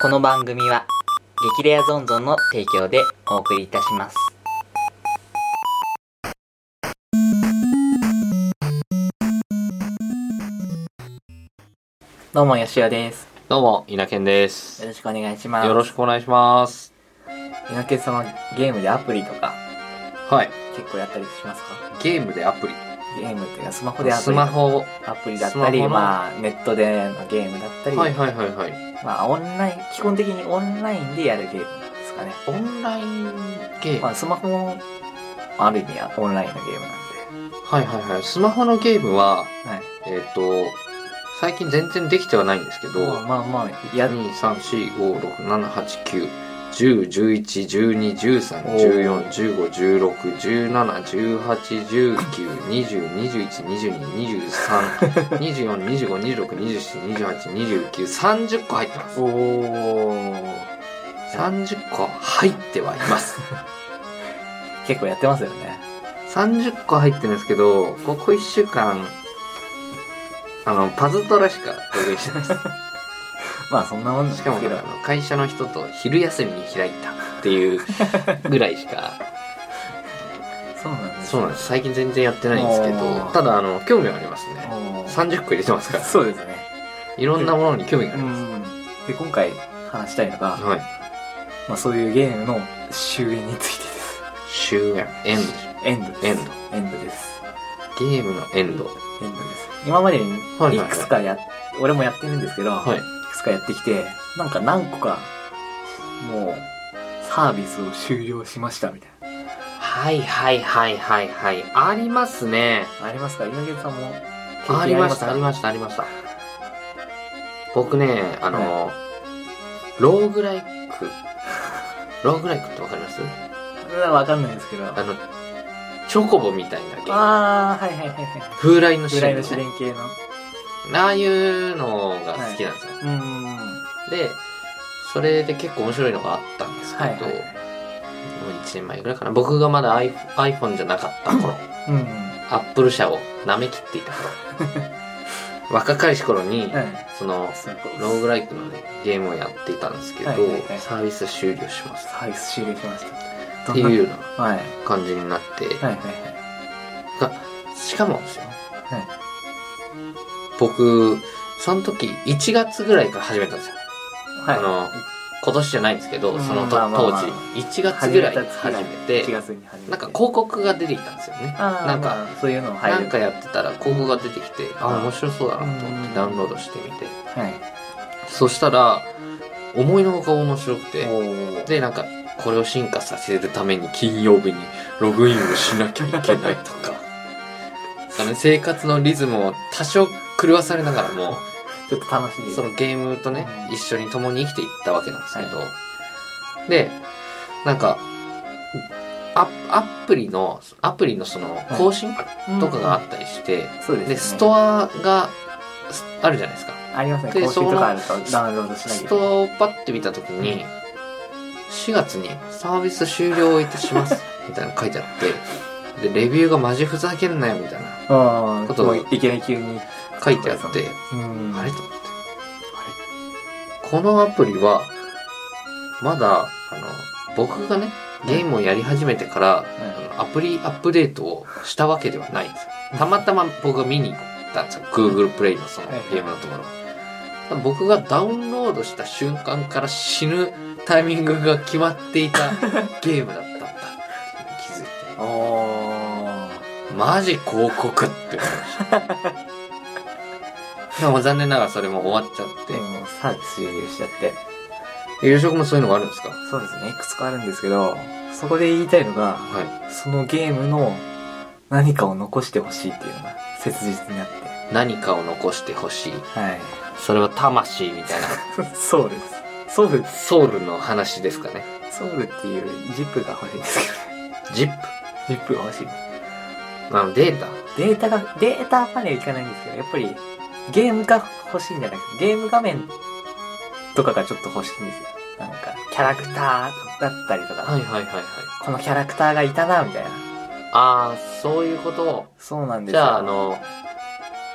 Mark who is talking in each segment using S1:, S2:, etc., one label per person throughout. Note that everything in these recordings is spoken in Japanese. S1: この番組は激レアゾンゾンの提供でお送りいたしますどうもよしおです
S2: どうも、稲健です
S1: よ。ろしくお願いします
S2: よろしくお願いします。
S1: いなけそのゲームでアプリとか
S2: はい。
S1: 結構やったりしますか
S2: ゲームでアプリ。
S1: ゲームっていうかスマホでアプリ
S2: スマホ。
S1: アプリだったり
S2: スマホの
S1: まあネットでのゲームだったり、
S2: はいはいはいはい。
S1: まあオンライン基本的にオンラインでやるゲームですかね
S2: オンラインゲーム。
S1: まあ、スマホもある意味はオンラインのゲームなん
S2: はいはいはい。スマホのゲームは、
S1: で、はい、
S2: えっ、と、最近全然できてはないんですけど、
S1: まあまあや
S2: 2、3、4、5、6、7、8、9、10、11、12、13、
S1: おー
S2: 14、15、16、17、18、19、20、21、22、23、24、25、26、27、28、29、30個入ってます
S1: お。お
S2: 30個入ってはいます。
S1: 結構やってますよね
S2: 30個入ってるんですけど、ここ1週間、あの、パズドラしかログインしてないです。
S1: まあそんなもんなんで
S2: し
S1: す
S2: かも
S1: け
S2: なん
S1: ど
S2: かあの会社の人と昼休みに開いたっていうぐらいしか、
S1: そうなんです
S2: そうなんです。最近全然やってないんですけ
S1: お
S2: ど
S1: ー、
S2: ただあの、興味はありますね。
S1: おー
S2: 30個入れてますから、
S1: そうですね
S2: いろんなものに興味があ
S1: う
S2: りま
S1: んで今回話したいのが、
S2: す。はい。
S1: まあ、そういうゲームの終焉についてです
S2: 終焉、エン
S1: エンドです
S2: エン
S1: ドエンドです
S2: ド。ゲームのエンド。
S1: エンドです今までに
S2: はいはい
S1: い
S2: はい
S1: くつかや、俺もやってるんですけど、、
S2: はいい。
S1: くつかやってきてなんか何個かもうサービスを終了しましたみたいな
S2: はいはいはいはいはい。ありますね。
S1: ありますか稲毛さんも経験
S2: ありました、あ
S1: あ
S2: り
S1: り
S2: ました、ありました。僕ね、あの、ローグライク。ローグライクってわかります
S1: ますかわかんないですけど
S2: あ
S1: あ
S2: の、チョコボみたいなゲーム。
S1: あーはいはいはいはい
S2: 風来の試
S1: ぐらい
S2: 練、
S1: の
S2: ね。
S1: 試練系の
S2: ああいうのが好きなんですよ。
S1: うーんは
S2: で、それで結構面白いのがあったんですけど、
S1: いはい
S2: もう1年前ぐらいかな。僕がまだ iPhone, iPhone じゃなかった 頃、
S1: うんうん
S2: Apple 社を舐めきってい た頃。若かりし頃に、
S1: はい
S2: その、
S1: そういうことです
S2: ローグライクのね、ゲームをやっていたんですけど、
S1: はいはいはい
S2: サービス終了します
S1: サービス終了しました
S2: って
S1: どん
S2: いう
S1: な
S2: ような
S1: はい
S2: 感じになって、
S1: はいはいは
S2: しかもですよ、僕、その時1月ぐらいから始めたんですよ。
S1: い
S2: あ
S1: は
S2: の、今年じゃないんですけど、
S1: うん
S2: そのと、
S1: まあまあまあ
S2: 当時、1
S1: い
S2: 月ぐらい
S1: 始め
S2: に
S1: た
S2: 始め
S1: 1
S2: て、
S1: 月に始めて
S2: なんか広告が出てきたんですよね。
S1: あー
S2: なんか
S1: まあそういうのを入
S2: な
S1: る
S2: んかやってたら広告が出てきて、あ、面白そうだなと思っ
S1: うん
S2: てダウンロードしてみて。
S1: はい
S2: そしたら、思いのほか面白くて、
S1: おー
S2: で、なんか、これを進化させるために金曜日にログインをしなきゃいけないと か、あの生活のリズムを多少狂わされながらも、
S1: ちょっと楽しみ
S2: そのゲームとね、
S1: うん
S2: 一緒に共に生きていったわけなんですけど、で、なんか、アアプリの、アプリのその
S1: い
S2: 更新
S1: の
S2: とかがあったりして、
S1: そうですね
S2: で、ストアがすあるじゃないですか。
S1: ありますね
S2: で
S1: 更新とかあるとダウンロードしなきゃ
S2: ス
S1: いけない
S2: トをパッて見たときに、4月にサービス終了いたし ます、みたいなの書いてあって、で、レビューがマジふざけんなよ、みたいな
S1: あ
S2: こ
S1: あ
S2: と
S1: もういきなり急に
S2: 書いてあって、
S1: うん
S2: あれと思って。あれこのアプリは、まだ、あの、僕がね、ゲームをやり始めてから、あのアプリアップデートをしたわけではないんですよ。たまたま僕が見に行ったんですよ。Google Play のその
S1: はいはい
S2: ゲームのところ。僕がダウンロードした瞬間から死ぬタイミングが決まって いたゲームだったんだって気づいて。
S1: おお
S2: マジ広告って思いました。でも残念ながらそれも終わっちゃって
S1: で。もサービス終了しちゃって
S2: 夕食もそういうのがあるんですか
S1: そうですねいくつかあるんですけどそこで言いたいのが
S2: は
S1: そのゲームの何かを残してほしいっていうのが切実になって
S2: い。何かを残してほしい。
S1: はい
S2: それは魂みたいな。
S1: そうですソウル
S2: ソウルの話ですかね。
S1: ソウルっていうジップが欲しいんですけどね
S2: ジッ
S1: ジップが欲しい
S2: プ。あの、データ。
S1: データがデータまではいかないんですけどやっぱりゲームが欲しいんじゃなくてゲーム画面とかがちょっと欲しいんですよなんかキャラクターだったりとか、
S2: はいはいはいはい。
S1: このキャラクターがいたなみたいな
S2: ああ、そういうことを。
S1: そうなんです
S2: じ
S1: よ
S2: ゃあ、あの、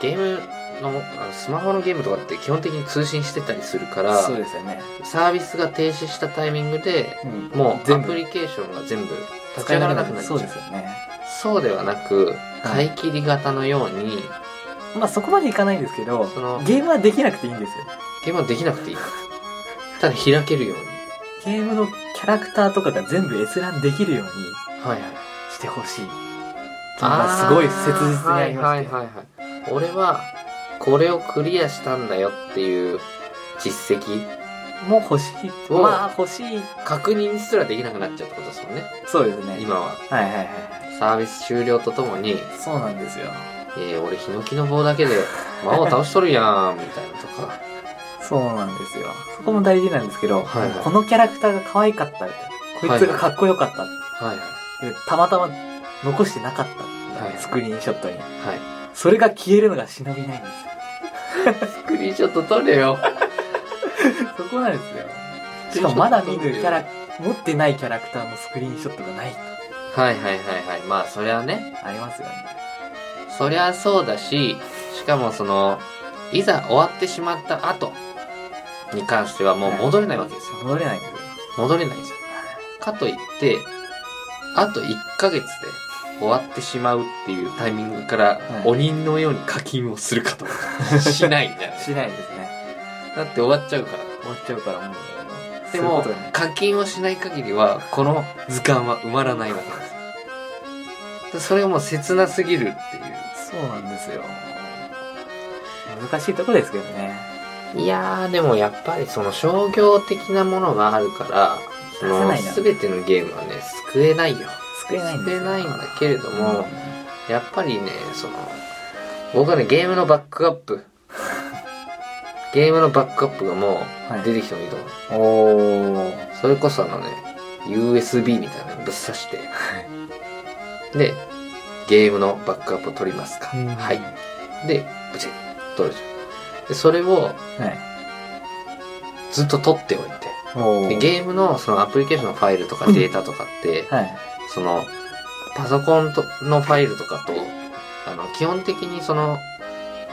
S2: ゲームのあのスマホのゲームとかって基本的に通信してたりするから
S1: そうですよね。
S2: サービスが停止したタイミングで
S1: うん
S2: もうア
S1: 全部
S2: プリケーションが全部立ち上がらなくなっちゃ
S1: そううですよね。
S2: そうではなく買い切り型のように
S1: まあそこまでいかないんですけど
S2: その、
S1: ゲームはできなくていいんですよ。
S2: ゲームはできなくてい いただ開けるように
S1: ゲームのキャラクターとかが全部閲覧できるように
S2: はいはい
S1: してほしい。まあすごい切実にありま
S2: は
S1: し
S2: い
S1: て。
S2: はいはいはい俺はこれをクリアしたんだよっていう実績
S1: もう欲しい。
S2: お
S1: まあ欲しい。
S2: 確認すらできなくなっちゃうってことですもんね
S1: そうですね。
S2: 今は
S1: はいはいは
S2: サービス終了とともに
S1: い。そうなんですよ。
S2: 「えー、俺ヒノキの棒だけで魔王倒しとるやん」みたいなとか
S1: そうなんですよ。そこも大事なんですけど、
S2: はいはい
S1: このキャラクターが可愛かったみたいな。こいつがかっこよかった。
S2: はいは
S1: でたまたま残してなかった。
S2: いはい
S1: スクリーンショットに。
S2: はい
S1: それが消えるのが忍びないんです
S2: スクリーンショット撮れよ
S1: よ。そこなんですよ。しかもまだ見ぬキャラ、持ってないキャラクターのスクリーンショットがないと。
S2: はいはいはいはいまあそりゃね
S1: ありますよね。
S2: そりゃそうだししかもそのいざ終わってしまった後に関してはもう戻れないわけですよ
S1: 戻れないんですよ。
S2: 戻れないんですよかといってあと1ヶ月で終わってしまうっていうタイミングから、
S1: い
S2: 鬼のように課金をするかと かしないじゃ
S1: しないですね。
S2: んだって終わっちゃうから
S1: 終わっちゃうからもう。
S2: でも
S1: そういうことに
S2: 課金をしない限りはこの図鑑は埋まらないわけですでそれはもう切なすぎるっていう
S1: そうなんですよ。難しいとこですけどね。
S2: いやーでもやっぱりその商業的なものがあるからそ
S1: 出せ
S2: の
S1: ないな
S2: 全てのゲームはね救えないよ
S1: 救えないん
S2: 救
S1: です
S2: え
S1: よ。
S2: ないんだけれども、
S1: うん
S2: やっぱりねその僕はねゲームのバックアップ ゲームのバックアップがも
S1: は
S2: う
S1: い
S2: 出てきてもいいと思う、
S1: おー。
S2: それこそあのね USB みたいなのぶっ刺してでゲームのバックアップを取りますか、はい
S1: は
S2: でブチッ取るじゃんでそれを
S1: い。
S2: ずっと取っておいて
S1: お
S2: でゲームのそのアプリケーションのファイルとかデータとかって、
S1: はい。
S2: そのパソコンとのファイルとかとあの基本的にその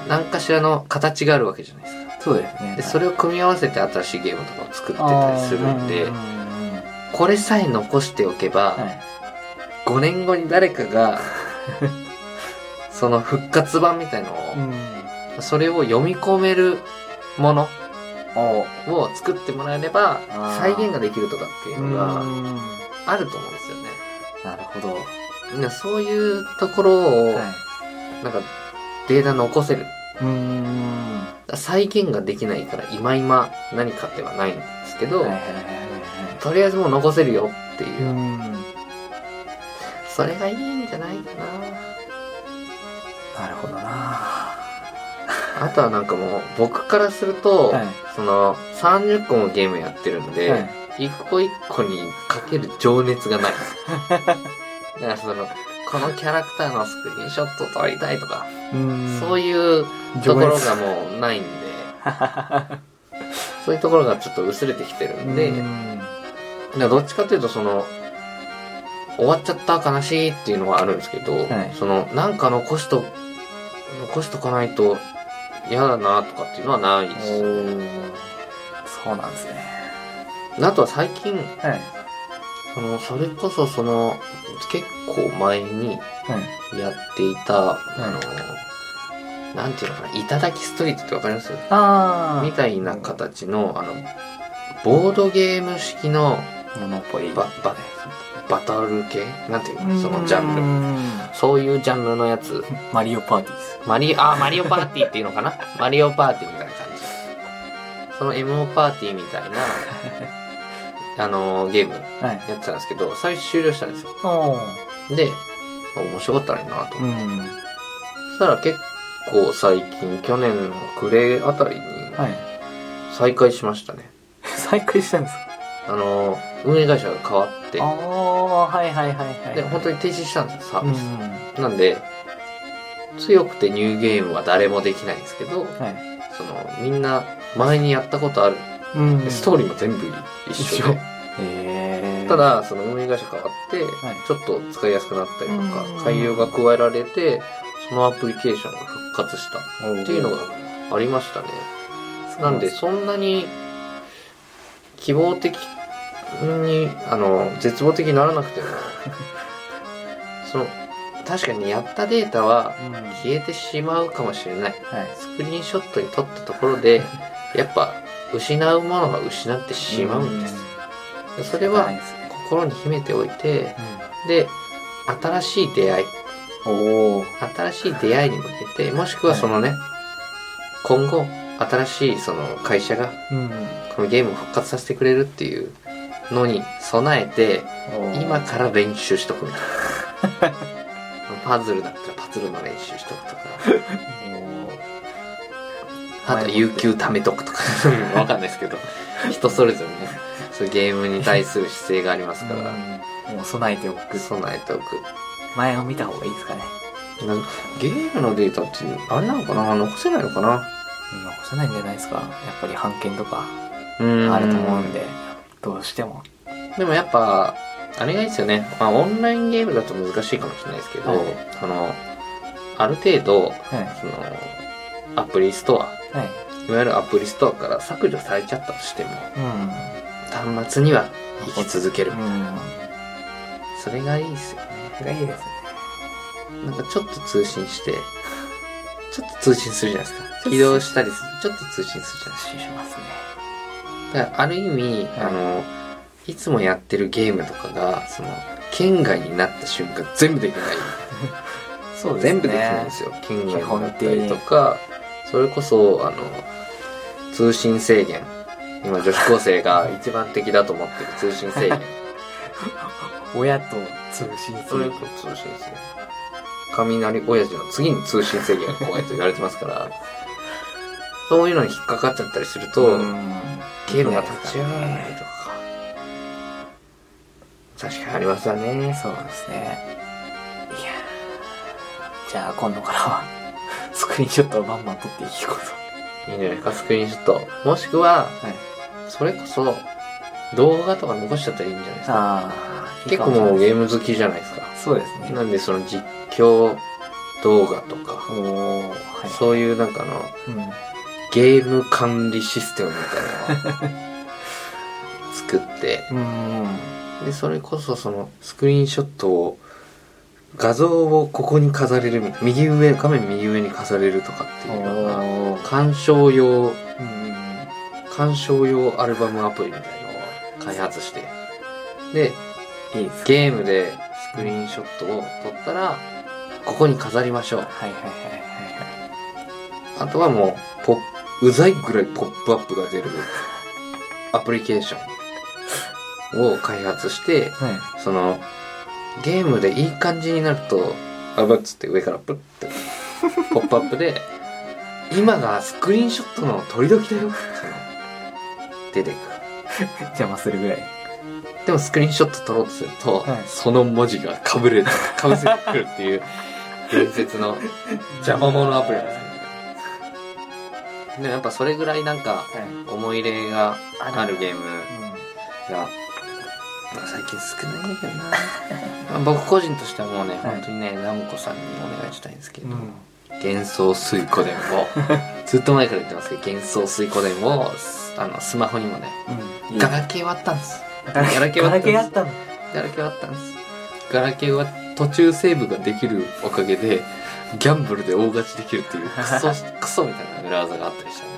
S2: 何かしらの形があるわけじゃないですか
S1: そうですね。
S2: でそ
S1: れ
S2: れを組み合わせて新しいゲームとかを作ってたりするんでこれさえ残しておけば
S1: は
S2: 5年後に誰か がその復活版みたいの
S1: い。
S2: を
S1: ん。
S2: それを読み込めるもの
S1: お
S2: を作ってもらえれば
S1: あー
S2: 再現ができるとかっていうの
S1: う
S2: が
S1: ん
S2: あると思うんですよね。
S1: なるほど。は
S2: ねそういうところを、なんか、データ残せる。
S1: い。うん。
S2: 再現ができないから、今今何かではないんですけど、
S1: はいはいはいは
S2: とりあえずもう残せるよって
S1: い。
S2: いうう、
S1: ん。
S2: それがいいんじゃないか
S1: なるほどなは
S2: な。あとはなんかもう、僕からすると、
S1: い。は
S2: その、30個もゲームやってるん
S1: い。
S2: で、一個一個にかける情熱がない。 だからその、このキャラクターのスクリーンショット撮りたいとか、
S1: うん
S2: そう
S1: い
S2: いう
S1: う
S2: ところ
S1: 情
S2: がもうないんで、
S1: 熱
S2: そういうところがちょっと薄れてきてるんで、
S1: うん
S2: だからどっちかというとその終わっちゃった悲しいっていうのはあるんですけど、
S1: はい
S2: そのなんか残しと残しとかないと嫌だなとかっていうのはない
S1: お
S2: です
S1: ーそうなんですね。
S2: あとは最近
S1: はい。
S2: そのそれこそその結構前に
S1: はい。
S2: やっていた、
S1: い
S2: あのなんていうのかな「いただきストリート」ってわかります
S1: あ
S2: みたいな形のあのボードゲーム式の
S1: あ。モノポリ
S2: バババトル系なんていうのそのジャンル
S1: ル。
S2: そういうジャンルのやつ。
S1: マリオパーティーです。
S2: マリ、あ、マリオパーティーっていうのかなマリオパーティーみたいな感じ。その MO パーティーみたいな、 あのーゲームや
S1: はい。
S2: ってたんですけど、最初終了したんですよ。
S1: おー
S2: で、面白かったらいいなと
S1: う
S2: 思って。
S1: ん。
S2: そしたら結構最近、去年の暮れあたりに
S1: はい。
S2: 再開しましたね。
S1: 再開したんですか
S2: あのー運営会社が変わって
S1: あ、あ、はいはいはいはい。
S2: で、本当に停止したんですよ、サービス。
S1: うん。
S2: なんで、強くてニューゲームは誰もできないんですけど、
S1: はい。
S2: そのみんな前にやったことある、
S1: うん
S2: ストーリーも全部一緒で
S1: へー
S2: た、だその運営会社変わって、
S1: はい
S2: ちょっと使いやすくなったりとか、
S1: うん
S2: 改良が加えられてそのアプリケーションが復復活したっ
S1: おー
S2: ていうのがありましたね。なんで、そんなに希望的に、あの、絶望的にならな くても、その、確かにやったデータは
S1: うん、はい、
S2: 消えてしまうかもしれない。スクリーンショットに撮ったところで、やっぱ失うものが失ってしまうんです。それ
S1: う
S2: は
S1: ん仕方
S2: 心に秘めておいて、
S1: ない
S2: で、新しい出会い、
S1: ですうんおお
S2: 新しい出会いに向けて、もしくはそのね、今後、新しいその会社が
S1: うん
S2: このゲームを復活させてくれるっていうのに備えて、
S1: おー
S2: 今から練習しとくみたいな。パズルだったらパズルの練習しとくとか、あと有給貯めとくとか、わかんないですけど、人それぞれね、そういうゲームに対する姿勢がありますから、
S1: うんもう備えておく
S2: 備えておく。
S1: 前を見た方がいいですかね
S2: なゲームのデータって、あれなのかな残せないのかな
S1: うん残せないんじゃないですかやっぱり版権とか
S2: うん
S1: あると思うんで、どうしても
S2: でもやっぱ、あれがいいですよね。まあ、オンラインゲームだと難しいかもしれないですけど、
S1: はい
S2: その、ある程度、
S1: はい
S2: その、アプリストア、
S1: はい
S2: いわゆるアプリストアから削除されちゃったとしても、
S1: う
S2: 端末には生き続ける。
S1: んうん
S2: それがいいですよね。
S1: それがいいですね
S2: なんかちょっと通信して、ちょっと通信するじゃないですか。起動したりする。ちょっと通信するじゃないです
S1: 失礼しますね
S2: か。だからある意味、あの、いつもやってるゲームとかが、その、県外になった瞬間全部できない。
S1: そうですね
S2: 全部できないんですよ。県外になっ
S1: 基
S2: た
S1: 本
S2: り
S1: 的
S2: と
S1: に
S2: か、それこそ、あの、通信制限。今女子高生 が一番的だと思ってる通信制限。
S1: 親と通信す
S2: それ
S1: る
S2: こそ通信制限。雷親父の次に通信制限が怖いと言われてますから、そういうのに引っかかっちゃったりすると、ゲームが立ち上がらないとか。確かにありますわね。
S1: そうですねいやーじゃあ今度からはスクリーンショットをバンバン撮っていこう
S2: いいんじゃないですか、スクリーンショット。もしくは、
S1: とはい
S2: それこそ、動画とか残しちゃったらいいんじゃないですか。
S1: ああ
S2: 結構もう
S1: ー
S2: ゲーム好きじゃないですか。
S1: そうですね
S2: なんでその実況動画とか、
S1: おおはい
S2: そういうなんかあの、
S1: うんは
S2: ゲーム管理システムみたいなのを作って、
S1: うん
S2: で、それこそそのスクリーンショットを、画像をここに飾れるみたいな、右上、画面右上に飾れるとかって
S1: お
S2: いうのが、
S1: お
S2: 鑑賞用、
S1: うん
S2: 鑑賞用アルバムアプリみたいなのを開発して、で、
S1: いいですね
S2: ゲームでスクリーンショットを撮ったら、ここに飾りましょう。
S1: はいはいはいはいはい
S2: あとはもう、ポップ、うざいぐらいポップアップが出るアプリケーションを開発して、
S1: はい
S2: その、ゲームでいい感じになると、あぶっつって上からプッ て、ポップアップで、今がスクリーンショットの取り時だよって出てくる。
S1: 邪魔するぐらい
S2: でもスクリーンショット撮ろうとすると、
S1: はい
S2: その文字が被れ、被せてくるっていう伝説の邪魔者アプリなんですけどね。でもやっぱそれぐらいなんか、
S1: はい
S2: 思い入れがあるゲーム
S1: うん
S2: が、まあ、最近少ないんだけどな まあ僕個人としてはもう
S1: は
S2: ね、
S1: い
S2: 本当にねナムコさんにお願いしたいんですけど、
S1: うん
S2: 幻想水湖 伝をずっと前から言ってますけど幻想水湖伝をすあのスマホにもね
S1: うんいい
S2: ガラケー割ったんです
S1: ガラ
S2: ケ
S1: ケー
S2: ーは
S1: は
S2: あ
S1: あ
S2: ったんです
S1: ったの
S2: ガラケー割ったんですガラケーは途中セーブができ るおかげでギャンブルで大勝ちできるっていうクソクソみたいな裏技があったりしたん